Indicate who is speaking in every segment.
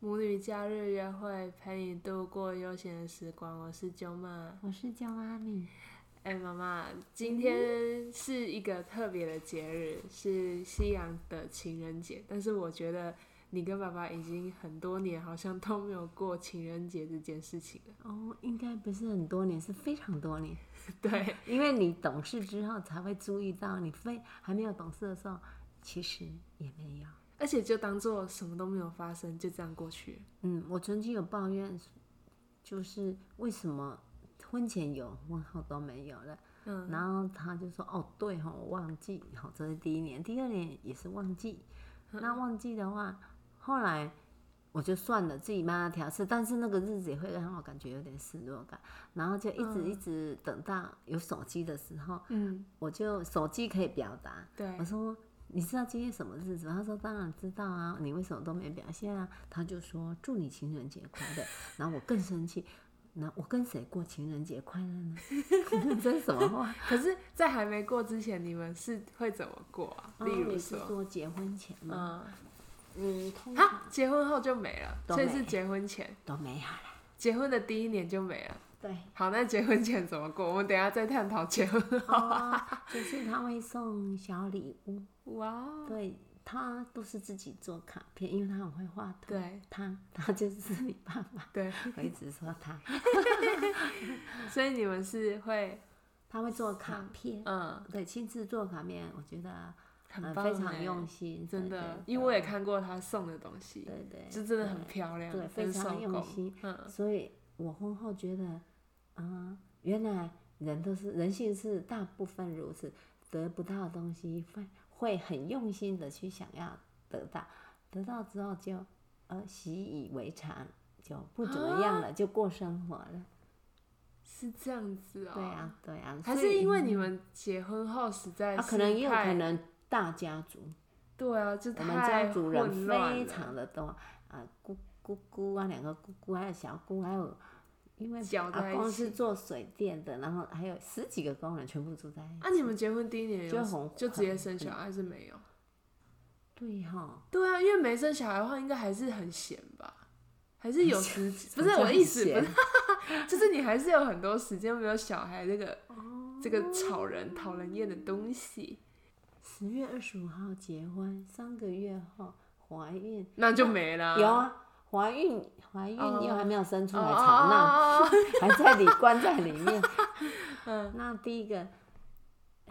Speaker 1: 母女假日约会，陪你度过悠闲的时光。我是舅妈，
Speaker 2: 我是焦妈咪，
Speaker 1: 哎、妈妈，今天是一个特别的节日，是西洋的情人节。但是我觉得你跟爸爸已经很多年好像都没有过情人节这件事情了。
Speaker 2: 哦，应该不是很多年，是非常多年，
Speaker 1: 对，
Speaker 2: 因为你懂事之后才会注意到，你非还没有懂事的时候，其实也没有。
Speaker 1: 而且就当做什么都没有发生，就这样过去了。
Speaker 2: 嗯，我曾经有抱怨，就是为什么婚前有，婚后都没有了。
Speaker 1: 嗯，
Speaker 2: 然后他就说：“哦，对哈、我忘记。好、这是第一年，第二年也是忘记。
Speaker 1: 嗯
Speaker 2: 那忘记的话，后来我就算了，自己慢慢调试。但是那个日子也会让我感觉有点失落感。然后就一直
Speaker 1: 嗯
Speaker 2: 一直等到有手机的时候，
Speaker 1: 嗯，
Speaker 2: 我就手机可以表达。
Speaker 1: 对
Speaker 2: 我，说：你知道今天什么日子吗？他说：当然知道啊，你为什么都没表现啊？他就说：祝你情人节快 乐。然后我更生气。”那我跟谁过情人节快乐 呢？ 这是什么话？
Speaker 1: 可是，在还没过之前，你们是会怎么过啊？
Speaker 2: 哦
Speaker 1: 例如
Speaker 2: 你是
Speaker 1: 说，
Speaker 2: 说结婚前吗？
Speaker 1: 嗯，
Speaker 2: 嗯，通常
Speaker 1: 哈，结婚后就没了，
Speaker 2: 都
Speaker 1: 所以
Speaker 2: 没
Speaker 1: 是结婚前，
Speaker 2: 都没有啦。
Speaker 1: 结婚的第一年就没了。
Speaker 2: 对，
Speaker 1: 好，那结婚前怎么过？我们等一下再探讨结婚后。
Speaker 2: 哦，就是他会送小礼物，
Speaker 1: 哇哦，
Speaker 2: 对他都是自己做卡片，因为他很会画图。
Speaker 1: 对
Speaker 2: 他他就是你爸爸，
Speaker 1: 对，
Speaker 2: 我一直说他，
Speaker 1: 所以你们是会
Speaker 2: 他会做卡片，
Speaker 1: 嗯，
Speaker 2: 对，亲自做卡片，我觉得
Speaker 1: 很
Speaker 2: 呃
Speaker 1: 棒
Speaker 2: 非常
Speaker 1: 欸
Speaker 2: 用心，
Speaker 1: 真
Speaker 2: 对
Speaker 1: 的
Speaker 2: 对，
Speaker 1: 因为我也看过他送的东西，
Speaker 2: 对对，
Speaker 1: 就真的
Speaker 2: 对
Speaker 1: 很漂亮，
Speaker 2: 对，
Speaker 1: 很
Speaker 2: 非
Speaker 1: 手
Speaker 2: 常用
Speaker 1: 工。
Speaker 2: 心。
Speaker 1: 嗯，
Speaker 2: 所以我婚后觉得，啊、原来人都是人性是大部分如此，得不到的东西会会很用心的去想要得到，得到之后就呃习以为常，就不怎么
Speaker 1: 啊
Speaker 2: 样了，就过生活了。
Speaker 1: 是这样子哦。
Speaker 2: 对，啊，对啊，
Speaker 1: 还
Speaker 2: 所
Speaker 1: 是
Speaker 2: 以
Speaker 1: 因为你们结婚后实在
Speaker 2: 啊，
Speaker 1: 是
Speaker 2: 可能也有
Speaker 1: 太
Speaker 2: 可能大家族，
Speaker 1: 对啊，就
Speaker 2: 我们家
Speaker 1: 太
Speaker 2: 族
Speaker 1: 混
Speaker 2: 人
Speaker 1: 乱
Speaker 2: 非
Speaker 1: 了
Speaker 2: 常的多啊，姑姑姑啊，两个姑姑，还有小姑，还有因为
Speaker 1: 搅在
Speaker 2: 阿
Speaker 1: 一
Speaker 2: 公
Speaker 1: 起
Speaker 2: 是做水电的，然后还有十几个工人全部住在一起。
Speaker 1: 啊，你们结婚第一年有
Speaker 2: 就很
Speaker 1: 就直接生
Speaker 2: 很
Speaker 1: 小孩还是没有？
Speaker 2: 对哈、
Speaker 1: 对啊，因为没生小孩的话，应该还是很闲吧？还是有时不是
Speaker 2: 就
Speaker 1: 我
Speaker 2: 很
Speaker 1: 意思，不
Speaker 2: 闲
Speaker 1: 是，就是你还是有很多时间没有小孩这个
Speaker 2: 哦
Speaker 1: 这个吵人讨人厌的东西，
Speaker 2: 十月二十五号结婚，三个月后怀孕，
Speaker 1: 那就没了。
Speaker 2: 有啊，怀孕怀孕
Speaker 1: 哦
Speaker 2: 又还没有生出
Speaker 1: 哦
Speaker 2: 来
Speaker 1: 哦
Speaker 2: 吵闹，
Speaker 1: 哦哦哦
Speaker 2: 还在里关在 里面。那第一个，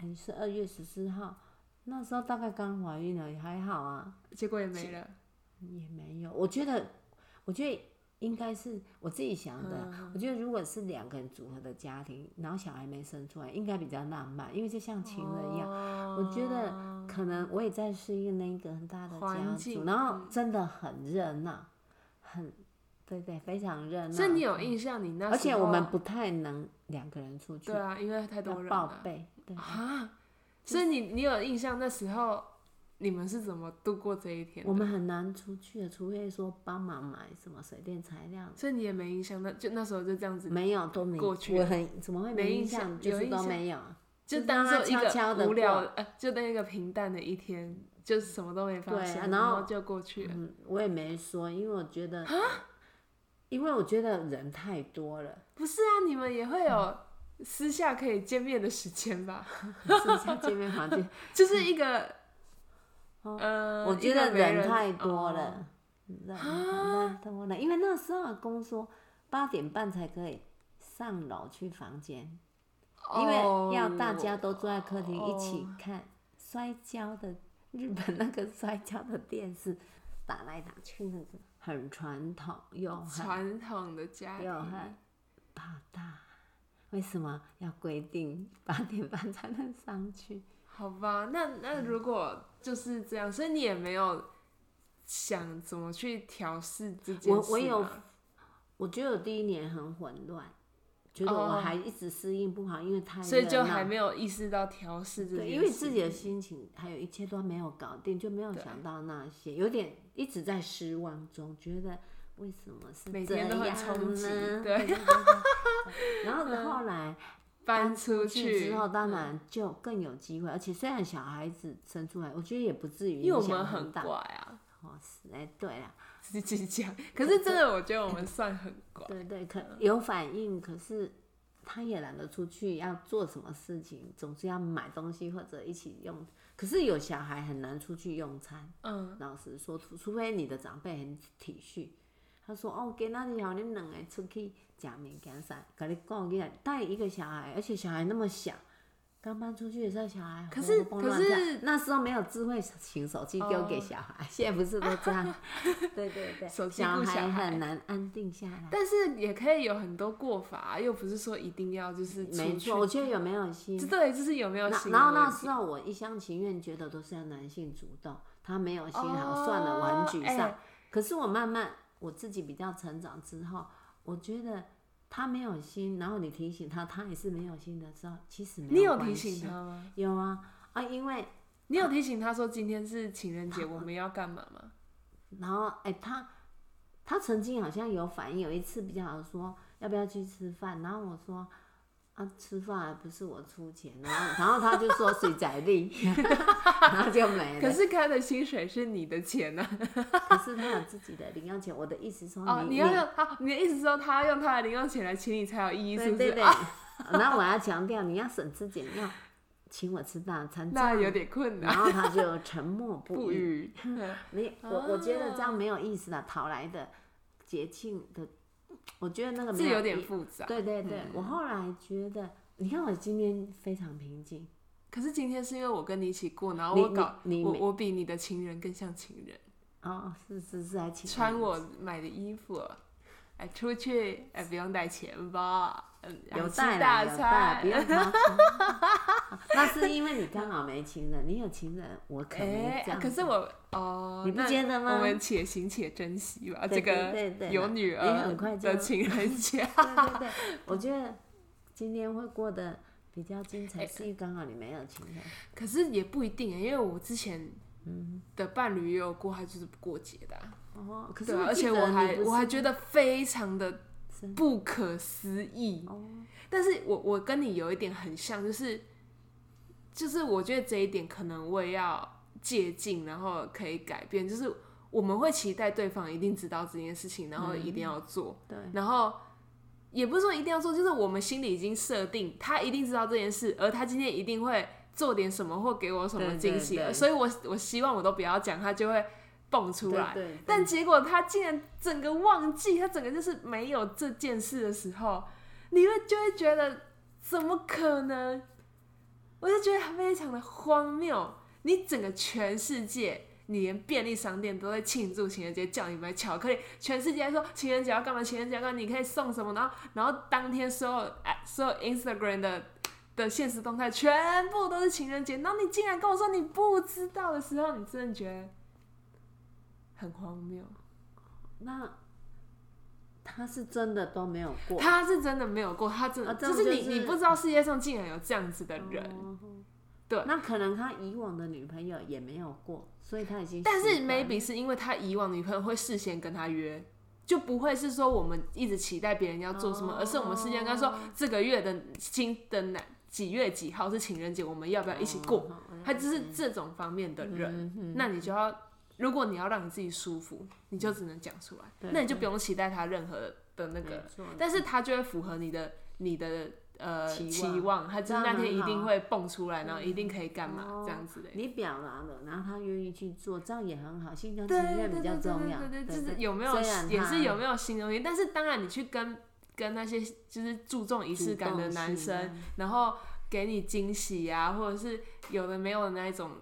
Speaker 2: 嗯，是二月十四号，那时候大概刚怀孕了，也还好啊。
Speaker 1: 结果也没了。
Speaker 2: 也没有，我觉得，我觉得应该是我自己想的。
Speaker 1: 嗯
Speaker 2: 我觉得如果是两个人组合的家庭，然后小孩没生出来，应该比较浪漫，因为就像情人
Speaker 1: 哦
Speaker 2: 一样。
Speaker 1: 样
Speaker 2: 我觉得可能我也在适应那一个很大的家
Speaker 1: 环
Speaker 2: 族，
Speaker 1: 境嗯
Speaker 2: 然后真的很热闹，很对对，非常热闹。
Speaker 1: 所以你有印象，你那
Speaker 2: 而且
Speaker 1: 时候
Speaker 2: 我们不太能两个人出去，
Speaker 1: 对啊，因为太
Speaker 2: 要
Speaker 1: 多人
Speaker 2: 报
Speaker 1: 了
Speaker 2: 备。对，
Speaker 1: 啊。所以你你有印象那时候你们是怎么度过这一天的？
Speaker 2: 我们很难出去的，除非说帮忙买什么水电材料
Speaker 1: 所以你也没印象，那就那时候就这样子
Speaker 2: 没有，都没
Speaker 1: 过去
Speaker 2: 我很怎么会
Speaker 1: 没
Speaker 2: 没
Speaker 1: 印
Speaker 2: 印
Speaker 1: 象
Speaker 2: 象？就
Speaker 1: 有
Speaker 2: 是
Speaker 1: 印
Speaker 2: 都
Speaker 1: 象
Speaker 2: 没有，
Speaker 1: 就
Speaker 2: 就
Speaker 1: 当做
Speaker 2: 让它
Speaker 1: 一个
Speaker 2: 悄悄地
Speaker 1: 无聊
Speaker 2: 过，
Speaker 1: 呃，就当一个平淡的一天，就什么都没发
Speaker 2: 对
Speaker 1: 生，
Speaker 2: 啊然
Speaker 1: 然
Speaker 2: 后
Speaker 1: 后就过去了。
Speaker 2: 嗯，我也没说，因为我觉得，
Speaker 1: 啊
Speaker 2: 因为我觉得人太多 了，
Speaker 1: 不是啊，你们也会
Speaker 2: 嗯
Speaker 1: 有私下可以见面的时间吧？
Speaker 2: 私下见面房 间，
Speaker 1: 就是一个，
Speaker 2: 哦
Speaker 1: 呃，
Speaker 2: 我觉
Speaker 1: 一个
Speaker 2: 得
Speaker 1: 没人
Speaker 2: 人太多
Speaker 1: 哦
Speaker 2: 了，人太多了，因为那时候阿公说八点半才可以上楼去房间，
Speaker 1: 哦
Speaker 2: 因为要大家都坐在客厅一起看摔跤的日本那个 摔跤的电视，打来打去那个很传统又
Speaker 1: 哦
Speaker 2: 很
Speaker 1: 传统的家
Speaker 2: 又
Speaker 1: 庭，
Speaker 2: 很大大。为什么要规定八点半才能上去？
Speaker 1: 好吧？那那
Speaker 2: 嗯
Speaker 1: 如果就是这样，所以你也没有想怎么去调试这件事
Speaker 2: 我
Speaker 1: 吗。
Speaker 2: 我有 我觉得我第一年很混乱，觉得我
Speaker 1: 哦
Speaker 2: 还一直适应不好，因为太
Speaker 1: 所以
Speaker 2: 热
Speaker 1: 就
Speaker 2: 闹
Speaker 1: 还没有意识到调试这件
Speaker 2: 啊对，
Speaker 1: 事，
Speaker 2: 因为自己的心情还有一切都没有搞定，就没有
Speaker 1: 对
Speaker 2: 想到那些，有点一直在失望中，觉得为什么是
Speaker 1: 每
Speaker 2: 这
Speaker 1: 天
Speaker 2: 样
Speaker 1: 都
Speaker 2: 呢？
Speaker 1: 很冲击对
Speaker 2: 对对然后后来
Speaker 1: 搬出
Speaker 2: 去
Speaker 1: 去
Speaker 2: 之后，当然就更有机会，而且虽然小孩子生出来，我觉得也不至于
Speaker 1: 因为
Speaker 2: 影
Speaker 1: 我们
Speaker 2: 响
Speaker 1: 很
Speaker 2: 很
Speaker 1: 怪
Speaker 2: 大。
Speaker 1: 啊，
Speaker 2: 哦，是哎，对啦，
Speaker 1: 自己讲。可是真的，我觉得我们算很 乖。
Speaker 2: 对对，可有反应，可是他也懒得出去要做什么事情，总是要买东西或者一起用。可是有小孩很难出去用餐，
Speaker 1: 嗯，
Speaker 2: 老实说，除除非你的长辈很体恤。他说：“哦，今仔日吼，恁两个出去食物件啥？甲你讲，你带一个小孩，而且小孩那么小，刚搬出去的时候，小孩
Speaker 1: 可是
Speaker 2: 活蹦乱
Speaker 1: 可
Speaker 2: 跳
Speaker 1: 是哦
Speaker 2: 那时候没有智慧型手机丢给小孩，现在不是都 这样？对对对，
Speaker 1: 手机
Speaker 2: 小
Speaker 1: 顾小
Speaker 2: 孩
Speaker 1: 孩
Speaker 2: 很难安定下来。
Speaker 1: 但是也可以有很多过法，啊又不是说一定要就是出
Speaker 2: 没
Speaker 1: 去
Speaker 2: 错，我觉得有没有心
Speaker 1: 这对，就是有没有
Speaker 2: 那
Speaker 1: 行为
Speaker 2: 然后那时候我一厢情愿觉得都是要男性主动，他没有心好、算了，我很沮丧。
Speaker 1: 哎
Speaker 2: 可是我慢慢我自己比较成长之后，我觉得他没有心，然后你提醒他，他也是没有心的时候，其实没
Speaker 1: 你有提
Speaker 2: 关系
Speaker 1: 醒他？吗？
Speaker 2: 有啊啊，因为
Speaker 1: 你有提醒他说今天是情人 节，我们要干嘛吗？
Speaker 2: 然后哎、他他曾经好像有反应，有一次比较好说要不要去吃饭，然后我说。啊，吃饭还不是我出钱，然后 然后他就说水仔力， 然后就没了。
Speaker 1: 可是他的薪水是你的钱呢、
Speaker 2: 可是他有自己的零用钱。我的意思说你，
Speaker 1: 哦，你要用他，你的意思说他用他的零用钱来请你才有意义，
Speaker 2: 你
Speaker 1: 是哦
Speaker 2: 对
Speaker 1: 不是？
Speaker 2: 对对。 那我要强调，你要省吃俭用，请我吃大餐。这
Speaker 1: 那
Speaker 2: 样
Speaker 1: 有点困难。
Speaker 2: 然后他就沉默
Speaker 1: 不
Speaker 2: 不嗯语。
Speaker 1: 语， 哦对
Speaker 2: 你我我觉得这样没有意思的，讨来的节庆的，我觉得那个没
Speaker 1: 这有点
Speaker 2: 意
Speaker 1: 复杂。
Speaker 2: 对对
Speaker 1: 嗯
Speaker 2: 对，我后来觉得，你看我今天非常平静。
Speaker 1: 可是今天是因为我跟你一起过，然后
Speaker 2: 你
Speaker 1: 我搞
Speaker 2: 你你
Speaker 1: 我
Speaker 2: 没
Speaker 1: 我比你的情人更像情人，
Speaker 2: 哦，是是是，还请
Speaker 1: 穿我买的衣服，哎，出去哎不用带钱包，嗯，
Speaker 2: 有
Speaker 1: 吃
Speaker 2: 带啦
Speaker 1: 大
Speaker 2: 有带，不
Speaker 1: 餐，
Speaker 2: 用 担心。那是因为你刚好没情人，你有情人，我可没
Speaker 1: 哎
Speaker 2: 这，样。
Speaker 1: 可是我哦，
Speaker 2: 你不
Speaker 1: 那
Speaker 2: 觉得吗
Speaker 1: 我们且行且珍惜吧，
Speaker 2: 对
Speaker 1: 这
Speaker 2: 对
Speaker 1: 个
Speaker 2: 对对
Speaker 1: 有
Speaker 2: 那
Speaker 1: 女
Speaker 2: 也
Speaker 1: 儿
Speaker 2: 很快就
Speaker 1: 的情人 节，
Speaker 2: 对对对，我觉得今天会过得比较精彩，是因为刚好你没有情人。
Speaker 1: 可是也不一定，啊因为我之前
Speaker 2: 嗯
Speaker 1: 的伴侣也有过，他就是不过节的啊、
Speaker 2: 哦，可是
Speaker 1: 对啊，
Speaker 2: 我
Speaker 1: 而
Speaker 2: 记
Speaker 1: 且
Speaker 2: 得
Speaker 1: 我
Speaker 2: 你
Speaker 1: 还
Speaker 2: 不是
Speaker 1: 我还觉得非常的
Speaker 2: 是
Speaker 1: 不可思议。
Speaker 2: 哦
Speaker 1: 但是我我跟你有一点很像，就是就是我觉得这一点可能我也要借镜，然后可以改变，就是我们会期待对方一定知道这件事情，然后一定要做，
Speaker 2: 嗯对
Speaker 1: 然后。也不是说一定要做，就是我们心里已经设定，他一定知道这件事，而他今天一定会做点什么或给我什么
Speaker 2: 对
Speaker 1: 惊喜，
Speaker 2: 对对
Speaker 1: 所以我我希望我都不要讲，他就会蹦出来。
Speaker 2: 对对，
Speaker 1: 但结果他竟然整个忘记，他整个就是没有这件事的时候，你会就会觉得怎么可能？我就觉得非常的荒谬。你整个全世界，你连便利商店都在庆祝情人节，叫你买巧克力，全世界在说情人节要干嘛？情人节要干嘛？你可以送什么？然后，然后当天所有哎所有 Instagram 的的现实动态全部都是情人节，然后你竟然跟我说你不知道的时候，你真的觉得很荒谬。
Speaker 2: 那他是真的都没有过。
Speaker 1: 他是真的没有过，他真的、
Speaker 2: 啊这
Speaker 1: 就
Speaker 2: 样
Speaker 1: 是你、
Speaker 2: 就是
Speaker 1: 你不知道世界上竟然有这样子的人，
Speaker 2: 哦
Speaker 1: 对
Speaker 2: 那可能他以往的女朋友也没有过，所以他已经
Speaker 1: 但是
Speaker 2: 习惯了
Speaker 1: maybe 是因为他以往女朋友会事先跟他约，就不会是说我们一直期待别人要做什么，
Speaker 2: 哦
Speaker 1: 而是我们事先跟他说这个月的今的哪几月几号是情人节，我们要不要一起过？
Speaker 2: 哦
Speaker 1: 他就是这种方面的
Speaker 2: 嗯
Speaker 1: 人，那你就要，如果你要让你自己舒服，你就只能讲出来
Speaker 2: 对，嗯
Speaker 1: 那你就不用期待他任何的那
Speaker 2: 没
Speaker 1: 个，
Speaker 2: 错
Speaker 1: 但是他就会符合你的你的。呃，
Speaker 2: 嗯期望
Speaker 1: 期望，他就是那
Speaker 2: 这样很
Speaker 1: 天一
Speaker 2: 好
Speaker 1: 定会蹦出来，然后一定可以干嘛
Speaker 2: 哦
Speaker 1: 这样子的。
Speaker 2: 你表达了，然后他愿意去做，这样也很好，心甘情
Speaker 1: 对
Speaker 2: 愿比较重要。
Speaker 1: 对对对
Speaker 2: 对
Speaker 1: 对，就是
Speaker 2: 对
Speaker 1: 有没有
Speaker 2: 虽然
Speaker 1: 也
Speaker 2: 他
Speaker 1: 是有没有新东西，但是当然你去跟跟那些就是注重仪式感的男
Speaker 2: 主
Speaker 1: 生，
Speaker 2: 动性啊
Speaker 1: 然后给你惊喜啊，或者是有的没有的那一种，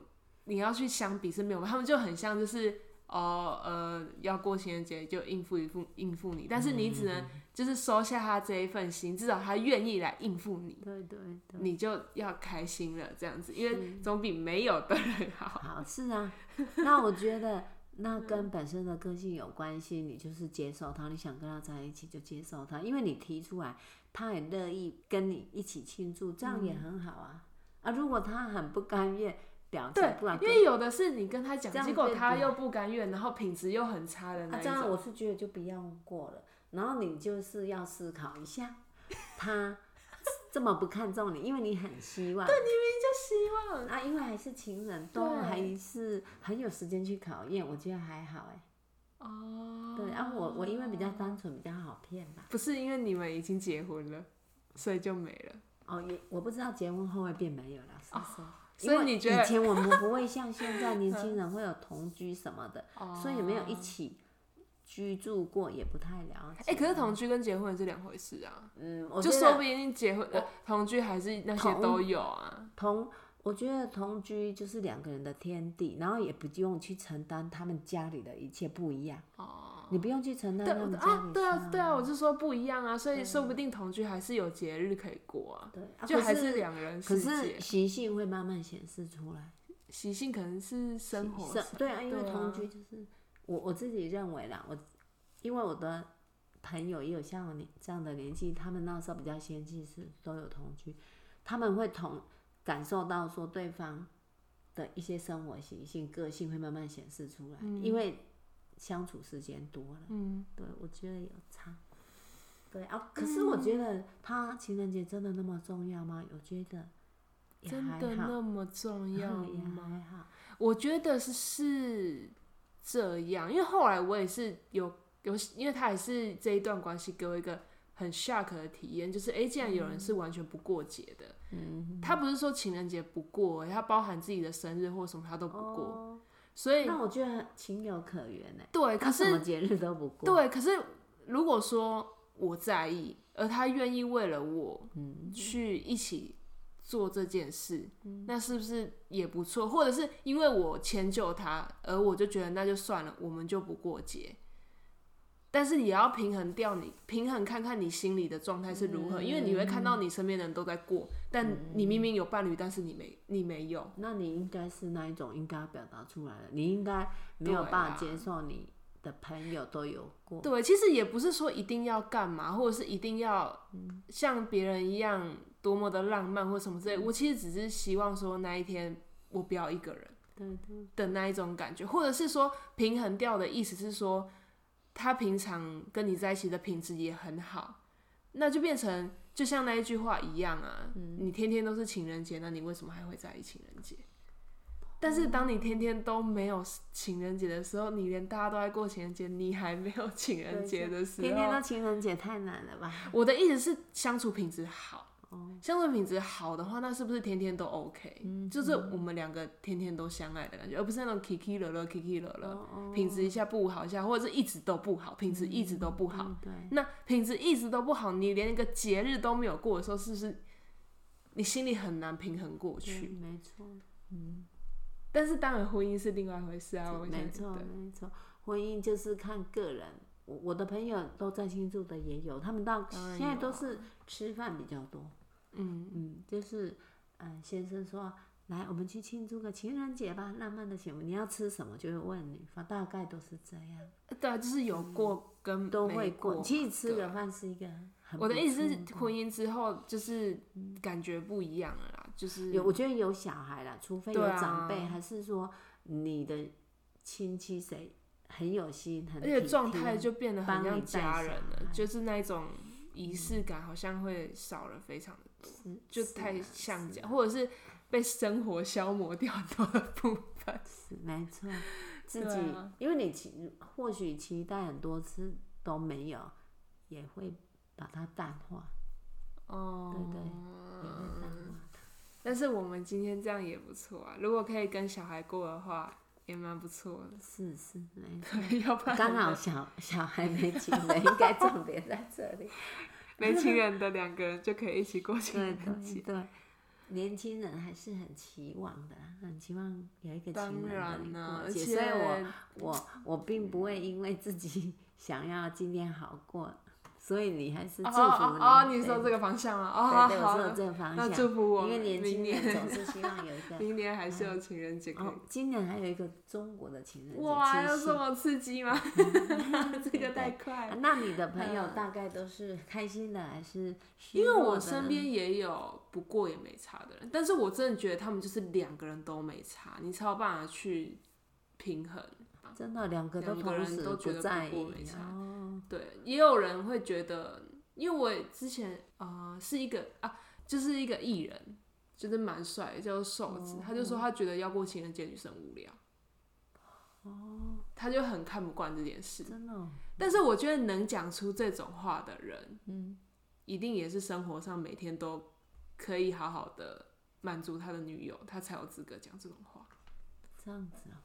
Speaker 1: 你要去相比是没有的，他们就很像就是。哦，呃，要过情人节就应付一付应付你，但是你只能就是收下他这一份心，至少他愿意来应付你，
Speaker 2: 对对对，
Speaker 1: 你就要开心了，这样子，因为总比没有的人好。嗯
Speaker 2: 好是啊。那我觉得那跟本身的个性有关系，你就是接受他，你想跟他在一起就接受他，因为你提出来，他也乐意跟你一起庆祝，这样也
Speaker 1: 嗯
Speaker 2: 很好啊。啊，如果他很不甘愿，表情
Speaker 1: 对
Speaker 2: 不然，
Speaker 1: 因为有的是你跟他讲
Speaker 2: 这，样
Speaker 1: 结果
Speaker 2: 对
Speaker 1: 他
Speaker 2: 比
Speaker 1: 又不甘愿，然后品质又很差的
Speaker 2: 啊
Speaker 1: 那，一
Speaker 2: 这
Speaker 1: 种。
Speaker 2: 样我是觉得就不要过了。然后你就是要思考一下， 他这么不看重你，因为你很希望，对，你明明就希望啊，因为还是情人，都
Speaker 1: 对
Speaker 2: 还是很有时间去考验，我觉得还好哎。
Speaker 1: 哦，
Speaker 2: 对啊，我我因为比较单纯，比较好骗吧。
Speaker 1: 不是因为你们已经结婚了，所以就没了。
Speaker 2: 哦，也我不知道结婚后会变没有了，是不是？
Speaker 1: 哦所以
Speaker 2: 因为
Speaker 1: 你觉得
Speaker 2: 以前我们不会像现在年轻人会有同居什么的，
Speaker 1: 哦
Speaker 2: 所以没有一起居住过，也不太了解。
Speaker 1: 哎、可是同居跟结婚是两回事啊，
Speaker 2: 嗯，我
Speaker 1: 就
Speaker 2: 觉
Speaker 1: 说
Speaker 2: 得
Speaker 1: 不一定结婚、呃、同居还是那些
Speaker 2: 同
Speaker 1: 都有啊。
Speaker 2: 同，我觉得同居就是两个人的天地，然后也不用去承担他们家里的一切不一样。
Speaker 1: 哦，
Speaker 2: 你不用去承担
Speaker 1: 对
Speaker 2: 他们家
Speaker 1: 啊，
Speaker 2: 里
Speaker 1: 对啊，对啊，我
Speaker 2: 的
Speaker 1: 就说不一样啊，所以说不定同居还是有节日可以过啊，
Speaker 2: 对，啊
Speaker 1: 就还
Speaker 2: 可
Speaker 1: 是
Speaker 2: 是
Speaker 1: 两人
Speaker 2: 可
Speaker 1: 世界
Speaker 2: 是。习性会慢慢显示出来。
Speaker 1: 习性可能是生活
Speaker 2: 是
Speaker 1: 上，
Speaker 2: 对啊，因为
Speaker 1: 对啊
Speaker 2: 同居就是我我自己认为啦，我因为我的朋友也有像你这样的年纪，他们那时候比较先进是都有同居，他们会同感受到说对方的一些生活习性、个性会慢慢显示出来，因为相处时间多了，
Speaker 1: 嗯，
Speaker 2: 对我觉得有差。对啊，可是我觉得他情人节真的那么重要吗？我觉得也
Speaker 1: 真
Speaker 2: 还
Speaker 1: 的
Speaker 2: 好，
Speaker 1: 那么重要
Speaker 2: 也
Speaker 1: 吗？
Speaker 2: 还好。
Speaker 1: 我觉得是是这样，因为后来我也是有有，因为他也是这一段关系给我一个很 shock 的体验，就是诶，竟然
Speaker 2: 嗯
Speaker 1: 有人是完全不过节的，嗯，他不是说情人节不过，他包含自己的生日或什么他都不过，
Speaker 2: 哦
Speaker 1: 所以
Speaker 2: 那我觉得情有可原呢、
Speaker 1: 对，
Speaker 2: 他
Speaker 1: 可
Speaker 2: 什么
Speaker 1: 是
Speaker 2: 节日都不过，
Speaker 1: 对，可是如果说我在意，而他愿意为了我，去一起做这件事，那是不是也不错？或者是因为我迁就他，而我就觉得那就算了，我们就不过节。但是也要平衡掉你，平衡看看你心里的状态是如何，因为你会看到你身边的人都在过，但你明明有伴侣，但是你没你没有，
Speaker 2: 那你应该是那一种应该表达出来的，你应该没有
Speaker 1: 对啦
Speaker 2: 办法接受你的朋友都有过，
Speaker 1: 对，其实也不是说一定要干嘛，或者是一定要像别人一样多么的浪漫或什么之类。
Speaker 2: 嗯
Speaker 1: 我其实只是希望说那一天我不要一个人
Speaker 2: 对对
Speaker 1: 的那一种感觉，或者是说平衡掉的意思是说，他平常跟你在一起的品质也很好，那就变成就像那一句话一样啊，
Speaker 2: 嗯
Speaker 1: 你天天都是情人节，那你为什么还会在意情人节？但
Speaker 2: 嗯
Speaker 1: 是当你天天都没有情人节的时候，你连大家都在过情人节，你还没有情人节的时候，
Speaker 2: 天天都情人节太难了吧？
Speaker 1: 我的意思是相处品质好。
Speaker 2: 哦，嗯
Speaker 1: 相处品质好的话，那是不是天天都 OK？、就是我们两个天天都相爱的感觉，而不是那种 kiki 了了 kiki 了
Speaker 2: 哦
Speaker 1: 了，品质一下不好一下，或者是一直都不好，品质一直都不好。
Speaker 2: 嗯对，
Speaker 1: 那品质一直都不好，你连一个节日都没有过的时候，是不是你心里很难平衡过
Speaker 2: 对
Speaker 1: 去？
Speaker 2: 没错，
Speaker 1: 但是当然，婚姻是另外一回事啊，我
Speaker 2: 没
Speaker 1: 想
Speaker 2: 错
Speaker 1: 对
Speaker 2: 没错，婚姻就是看个人。我我的朋友都在庆祝的也有，他们到
Speaker 1: 当然
Speaker 2: 现在
Speaker 1: 有
Speaker 2: 都
Speaker 1: 啊
Speaker 2: 是吃饭比较多，
Speaker 1: 嗯，
Speaker 2: 嗯，就是嗯，先生说来，我们去庆祝个情人节吧，浪漫的情人，你要吃什么就会问你，反大概都是这样，
Speaker 1: 对啊，就是有过跟
Speaker 2: 嗯
Speaker 1: 嗯
Speaker 2: 都
Speaker 1: 没
Speaker 2: 会
Speaker 1: 过
Speaker 2: 过。其实吃
Speaker 1: 对
Speaker 2: 个饭是一个很
Speaker 1: 我的
Speaker 2: 不
Speaker 1: 意思
Speaker 2: 错嗯
Speaker 1: 是，婚姻之后就是感觉不一样了啦，就是
Speaker 2: 有我觉得有小孩啦，除非有
Speaker 1: 对
Speaker 2: 长辈，
Speaker 1: 啊
Speaker 2: 还是说你的亲戚谁很有心，很
Speaker 1: 而且
Speaker 2: 体
Speaker 1: 状态
Speaker 2: 贴
Speaker 1: 就变得很
Speaker 2: 帮你
Speaker 1: 像
Speaker 2: 带
Speaker 1: 家
Speaker 2: 小
Speaker 1: 人了，
Speaker 2: 孩嗯
Speaker 1: 就是那一种仪式感好像会少了非常的多，
Speaker 2: 是
Speaker 1: 就是太
Speaker 2: 啊
Speaker 1: 像
Speaker 2: 是
Speaker 1: 家，或者是被生活消磨掉很多的部 分。
Speaker 2: 是没错，自
Speaker 1: 对
Speaker 2: 己、
Speaker 1: 啊
Speaker 2: 因为你期或许期待很多次都没有，也会把它淡化，
Speaker 1: 哦，
Speaker 2: 对对也会淡化。
Speaker 1: 但是我们今天这样也不错啊，如果可以跟小孩过的话，也蛮不错的。
Speaker 2: 是是没错，
Speaker 1: 对，要不然
Speaker 2: 刚好小小孩没情人，应该重点在这 里。
Speaker 1: 没情人的两个人就可以一起过情
Speaker 2: 对
Speaker 1: 人
Speaker 2: 对
Speaker 1: 节。
Speaker 2: 对，年轻人还是很期望的啦，很期望有一个
Speaker 1: 当
Speaker 2: 情
Speaker 1: 人啦、
Speaker 2: 人的
Speaker 1: 而
Speaker 2: 过节，
Speaker 1: 且
Speaker 2: 所以我我我并不会因为自己 想要今天好过，所以你还是祝
Speaker 1: 哦
Speaker 2: 福你。
Speaker 1: 哦哦，你
Speaker 2: 对
Speaker 1: 说这个方向啊？哦，好
Speaker 2: 对对，我
Speaker 1: 好
Speaker 2: 是有这个方
Speaker 1: 那
Speaker 2: 向。
Speaker 1: 祝福我
Speaker 2: 因为
Speaker 1: 们
Speaker 2: 年
Speaker 1: 明
Speaker 2: 轻
Speaker 1: 年
Speaker 2: 人 总是希望有一个。
Speaker 1: 明年还是有情人节可以。
Speaker 2: 哦，今年还有一个中国的情人节
Speaker 1: 哇，
Speaker 2: 七
Speaker 1: 要
Speaker 2: 夕
Speaker 1: 这么刺激 吗？这个太快
Speaker 2: 啊
Speaker 1: 了。
Speaker 2: 那你的朋友大概都是开心的还是
Speaker 1: 嗯
Speaker 2: 失
Speaker 1: 因为
Speaker 2: 落
Speaker 1: 我
Speaker 2: 的
Speaker 1: 身
Speaker 2: 呢
Speaker 1: 边也有不过也没差的人，但是我真的觉得他们就是两个人都没差，你才有办法去平衡。
Speaker 2: 真的两个都
Speaker 1: 两个
Speaker 2: 同
Speaker 1: 人
Speaker 2: 时
Speaker 1: 都觉得不
Speaker 2: 在
Speaker 1: 过
Speaker 2: 意
Speaker 1: 没，差
Speaker 2: 哦，
Speaker 1: 对，也有人会觉得，因为我也之前啊、呃是一个啊，就是一个艺人，就是蛮帅的，叫做瘦子，他就说他觉得要过情人节女生无聊。哦，他就很看不惯这件事。
Speaker 2: 真的哦、
Speaker 1: 但是我觉得能讲出这种话的人，
Speaker 2: 嗯，
Speaker 1: 一定也是生活上每天都可以好好的满足他的女友，他才有资格讲这种话。
Speaker 2: 这样子啊、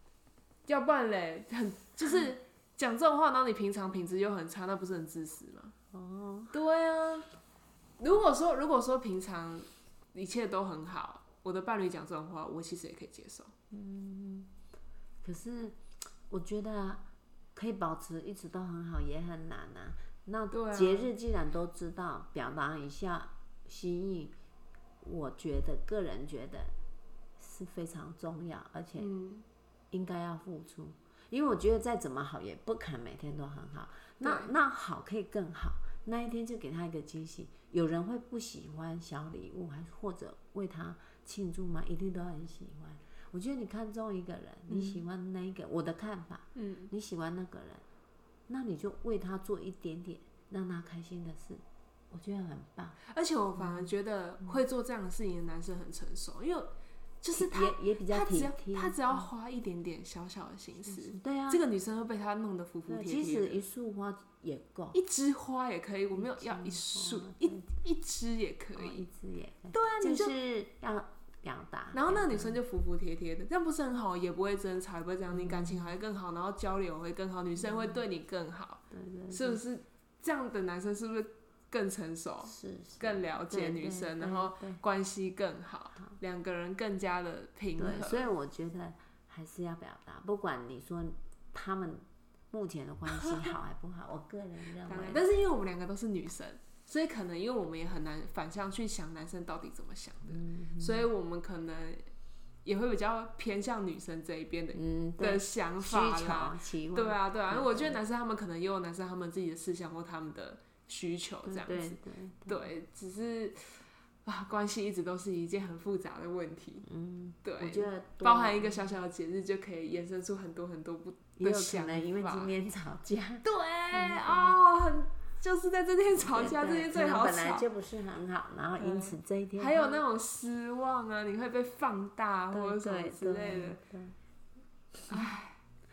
Speaker 1: 要不然嘞，很就是讲这种话，然后你平常品质又很差，那不是很自私吗？
Speaker 2: 哦，
Speaker 1: 对啊，如果说如果说平常一切都很好，我的伴侣讲这种话，我其实也可以接受。
Speaker 2: 可是我觉得啊，可以保持一直都很好也很难啊。那
Speaker 1: 对啊
Speaker 2: 节日既然都知道，表达一下心意，我觉得个人觉得是非常重要，而且
Speaker 1: 嗯，
Speaker 2: 应该要付出。因为我觉得再怎么好，也不可能每天都很好。那
Speaker 1: 对
Speaker 2: 那好可以更好，那一天就给他一个惊喜。有人会不喜欢小礼物，还是或者为他庆祝吗？一定都很喜欢。我觉得你看中一个人，你喜欢那一个，我的看法，
Speaker 1: 嗯，
Speaker 2: 你喜欢那个人，那你就为他做一点点让他开心的事，我觉得很棒。
Speaker 1: 而且我反而觉得会做这样的事情的男生很成熟，因为就是他
Speaker 2: 也也比较
Speaker 1: 他只
Speaker 2: 体
Speaker 1: 要
Speaker 2: 贴，嗯
Speaker 1: 他只要花一点点小小的心思，
Speaker 2: 对啊
Speaker 1: 这，个女生会被他弄得服服
Speaker 2: 对，
Speaker 1: 帖
Speaker 2: 其实
Speaker 1: 帖
Speaker 2: 一
Speaker 1: 的。
Speaker 2: 束花也够，
Speaker 1: 一枝花也可以，我没有要一束
Speaker 2: 花，
Speaker 1: 一一枝也可
Speaker 2: 哦
Speaker 1: 以。
Speaker 2: 一支也可以。
Speaker 1: 对啊，
Speaker 2: 就
Speaker 1: 你就是
Speaker 2: 要表达。
Speaker 1: 然后那个女生就服服帖帖的，这样不是很好，也不会争吵，也不会这样，你感情还会更好，然后交流会更好，女生会对你更好，
Speaker 2: 对对
Speaker 1: 是不是？这样的男生是不是更成熟、
Speaker 2: 是是
Speaker 1: 更了解
Speaker 2: 对
Speaker 1: 女
Speaker 2: 对
Speaker 1: 生，
Speaker 2: 对
Speaker 1: 然后
Speaker 2: 对
Speaker 1: 关系更好，两个人更加的平
Speaker 2: 对，所
Speaker 1: 和？
Speaker 2: 以我觉得还是要表达，不管你说他们目前的关系好还不好，我个人认
Speaker 1: 当然，
Speaker 2: 为
Speaker 1: 但是因为我们两个都是女生，所以可能因为我们也很难反向去想男生到底怎么想
Speaker 2: 嗯
Speaker 1: 的，所以我们可能也会比较偏向女生这一边的
Speaker 2: 嗯
Speaker 1: 的
Speaker 2: 对
Speaker 1: 想
Speaker 2: 需
Speaker 1: 法啦。
Speaker 2: 求期望
Speaker 1: 对啊，对啊，因
Speaker 2: 对
Speaker 1: 为我觉得男生他们可能也有男生他们自己的思想或他们的需求这
Speaker 2: 对
Speaker 1: 样
Speaker 2: 嗯对
Speaker 1: 子，
Speaker 2: 对
Speaker 1: 对，只是啊，关系一直都是一件很复杂的问题，
Speaker 2: 嗯，我
Speaker 1: 对，
Speaker 2: 觉得多
Speaker 1: 包含一个小小的节日就可以延伸出很多很多不
Speaker 2: 也
Speaker 1: 的
Speaker 2: 有可
Speaker 1: 想
Speaker 2: 能因为嗯
Speaker 1: 法
Speaker 2: 今天吵架。
Speaker 1: 对哦，很就是在这天 吵架，这
Speaker 2: 对
Speaker 1: 天
Speaker 2: 可
Speaker 1: 最
Speaker 2: 能
Speaker 1: 好
Speaker 2: 本来
Speaker 1: 吵。
Speaker 2: 就不是很好，然后因
Speaker 1: 嗯
Speaker 2: 此这一天
Speaker 1: 还有那种失望啊，你会被放大或者
Speaker 2: 对
Speaker 1: 什么
Speaker 2: 对
Speaker 1: 之类的
Speaker 2: 对。对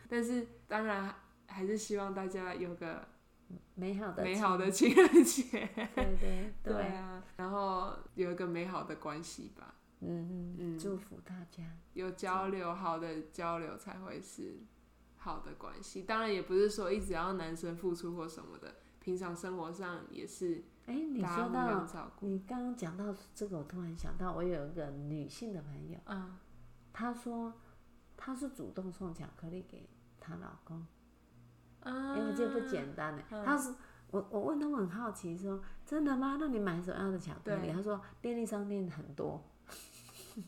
Speaker 1: 但是当然还是希望大家有个
Speaker 2: 美好的
Speaker 1: 美
Speaker 2: 情
Speaker 1: 好的情人节。
Speaker 2: 对对
Speaker 1: 对
Speaker 2: 对，
Speaker 1: 啊，然后有一个美好的关系吧，
Speaker 2: 嗯
Speaker 1: 嗯
Speaker 2: 嗯，祝福大家。
Speaker 1: 有交流，好的交流才会是好的关系。当然也不是说一直要男生付出或什么的，平常生活上也是
Speaker 2: 哎，你
Speaker 1: 大家
Speaker 2: 说
Speaker 1: 互
Speaker 2: 到
Speaker 1: 相照顾。
Speaker 2: 你刚刚讲到这个，我突然想到，我有一个女性的朋友，
Speaker 1: 嗯，
Speaker 2: 她说她是主动送巧克力给她老公，哎、
Speaker 1: 嗯
Speaker 2: 这不简单呢。
Speaker 1: 嗯
Speaker 2: 她是我我问他们很好奇说，真的吗？那你买什么样的巧克力？
Speaker 1: 对
Speaker 2: 她说便利商店很多。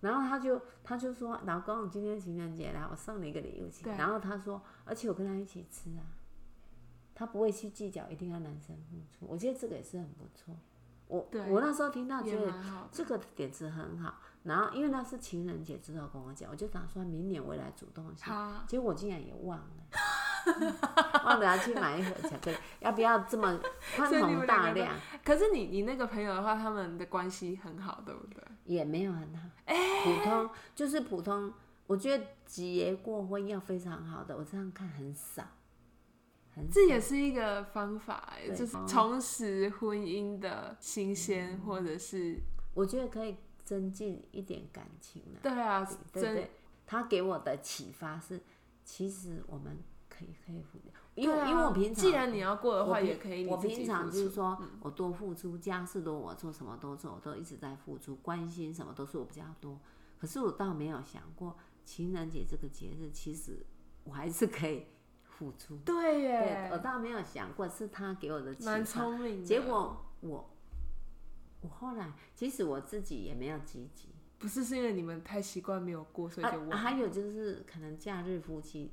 Speaker 2: 然后她就她就说，老公，今天情人节来，我送你一个礼物去。
Speaker 1: 对
Speaker 2: 然后她说，而且我跟她一起吃啊，她不会去计较一定要男生付出。我觉得这个也是很不错。我
Speaker 1: 对
Speaker 2: 我那时候听到觉
Speaker 1: 也
Speaker 2: 得
Speaker 1: 蛮好的。
Speaker 2: 这个点子很好。然后因为那是情人节之后跟我讲，我就打算明年我也来主动一下，
Speaker 1: 好，
Speaker 2: 结果我竟然也忘了。嗯 忘了要去买一盒巧克力，要不要这么宽
Speaker 1: 所以你
Speaker 2: 宏
Speaker 1: 们两
Speaker 2: 大
Speaker 1: 个都
Speaker 2: 量？
Speaker 1: 可是你你那个朋友的话，他们的关系很好，对不对？
Speaker 2: 也没有很好，普通就是普通。我觉得结过婚要非常好的，我这样看很少，很
Speaker 1: 这
Speaker 2: 少
Speaker 1: 也是一个方法、哎，
Speaker 2: 对
Speaker 1: 就是
Speaker 2: 哦嗯
Speaker 1: 重拾婚姻的新鲜，或者是
Speaker 2: 我觉得可以增进一点感情啦。
Speaker 1: 对啊，
Speaker 2: 嗯对
Speaker 1: 真
Speaker 2: 对，他给我的启发是，其实我们可以可以付，因为、
Speaker 1: 对啊
Speaker 2: 因为我平常
Speaker 1: 既然你要过的
Speaker 2: 我
Speaker 1: 话，
Speaker 2: 平
Speaker 1: 也可以你
Speaker 2: 我
Speaker 1: 自己
Speaker 2: 平常
Speaker 1: 付
Speaker 2: 就是
Speaker 1: 出嗯
Speaker 2: 说我多付出，家事多我做，什么都做，我都一直在付出，关心什么都是我比较多。可是我倒没有想过，情人节这个节日，其实我还是可以付出。
Speaker 1: 对
Speaker 2: 对，我
Speaker 1: 耶，
Speaker 2: 倒没有想过是他给我的启
Speaker 1: 蛮
Speaker 2: 发，
Speaker 1: 聪明的。
Speaker 2: 结果我我后来，其实我自己也没有积极。
Speaker 1: 不是是因为你们太习惯没有过，所以
Speaker 2: 啊
Speaker 1: 就忘了、
Speaker 2: 还有就是可能假日夫妻，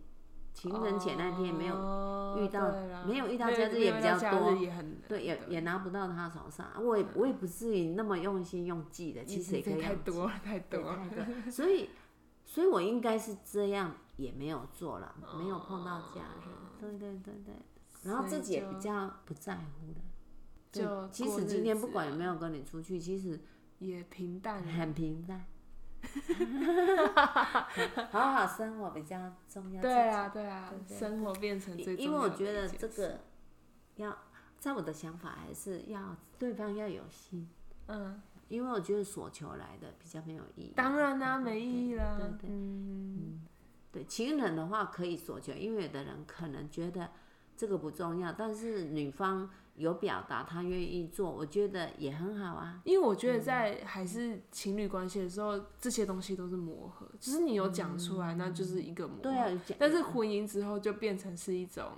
Speaker 2: 情人节那天
Speaker 1: 哦
Speaker 2: 没有、
Speaker 1: 有
Speaker 2: 遇到没有遇到假日也比较多
Speaker 1: 也很难
Speaker 2: 对，也也拿不到他手上，我也我也不至于那么用心用记的，其实也可
Speaker 1: 这
Speaker 2: 以
Speaker 1: 太
Speaker 2: 用
Speaker 1: 多了，太多
Speaker 2: 对
Speaker 1: 了。
Speaker 2: 太 多，所以所以我应该是这样也没有做了，没有碰到假日，对对对对，然后
Speaker 1: 哦所
Speaker 2: 自
Speaker 1: 以
Speaker 2: 己也
Speaker 1: 就
Speaker 2: 比较不在乎了。对
Speaker 1: 就
Speaker 2: 其
Speaker 1: 过
Speaker 2: 实
Speaker 1: 日
Speaker 2: 今天不
Speaker 1: 子
Speaker 2: 管有
Speaker 1: 啊
Speaker 2: 没有跟你出去，其实
Speaker 1: 也平淡了，
Speaker 2: 很平淡， 好好生活比较重要。
Speaker 1: 对啊，对啊，
Speaker 2: 对对
Speaker 1: 生活变成最重要的一件事。
Speaker 2: 因为我觉得这个要，在我的想法还是要对方要有心，
Speaker 1: 嗯，
Speaker 2: 因为我觉得所求来的比较没有意义。
Speaker 1: 当然啦、没意义啊啦
Speaker 2: 对。对
Speaker 1: 嗯，
Speaker 2: 对情人的话可以所求，因为有的人可能觉得这个不重要，但是女方有表达她愿意做，我觉得也很好啊。
Speaker 1: 因为我觉得在还是情侣关系的时候，这些东西都是磨合，就是你有讲出来，那就是一个磨合。
Speaker 2: 对啊，讲
Speaker 1: 嗯但是婚姻之后就变成是一种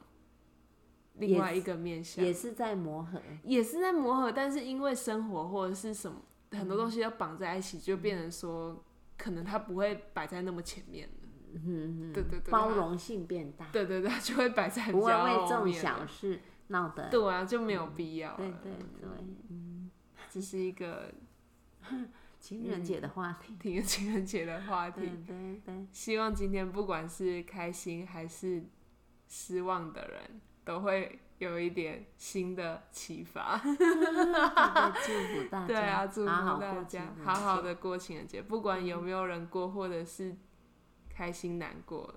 Speaker 1: 另外一个面向，
Speaker 2: 也是在磨合。
Speaker 1: 也是在磨合，但是因为生活或者是什么很多东
Speaker 2: 嗯
Speaker 1: 西要绑在一起，就变成说可能他不会摆在那么前面了。嗯嗯，对对对，
Speaker 2: 包，容性变大，
Speaker 1: 对对对，它就会摆在比
Speaker 2: 不会
Speaker 1: 较
Speaker 2: 为这
Speaker 1: 后
Speaker 2: 种
Speaker 1: 面
Speaker 2: 小
Speaker 1: 了。
Speaker 2: 事闹得。
Speaker 1: 对啊，就没有必要了。
Speaker 2: 对对对，
Speaker 1: 这是一个
Speaker 2: 情人节的话题。
Speaker 1: 挺 情人节的话
Speaker 2: 对
Speaker 1: 题。
Speaker 2: 对对，
Speaker 1: 希望今天不管是开心还是失望的人，都会有一点新的启发。
Speaker 2: 对祝福大家，
Speaker 1: 对啊，祝福
Speaker 2: 好好
Speaker 1: 大
Speaker 2: 过
Speaker 1: 家
Speaker 2: 情人
Speaker 1: 好好
Speaker 2: 节嗯
Speaker 1: 的过情人节，不管有没有人过，或者是开心难过，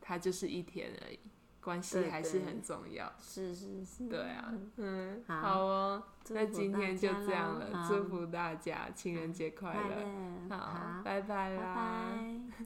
Speaker 1: 它就是一天而已，关系
Speaker 2: 对
Speaker 1: 还
Speaker 2: 对
Speaker 1: 是很重要。
Speaker 2: 是是是，
Speaker 1: 对啊，嗯，
Speaker 2: 好
Speaker 1: 好哦，
Speaker 2: 祝
Speaker 1: 那
Speaker 2: 福
Speaker 1: 今
Speaker 2: 大
Speaker 1: 天就
Speaker 2: 家
Speaker 1: 这样
Speaker 2: 咯
Speaker 1: 了，
Speaker 2: 好
Speaker 1: 祝福大家情人节快
Speaker 2: 嗯
Speaker 1: 乐，
Speaker 2: 快乐，
Speaker 1: 好
Speaker 2: 好，，
Speaker 1: 拜拜
Speaker 2: 拜
Speaker 1: 啦。
Speaker 2: 拜。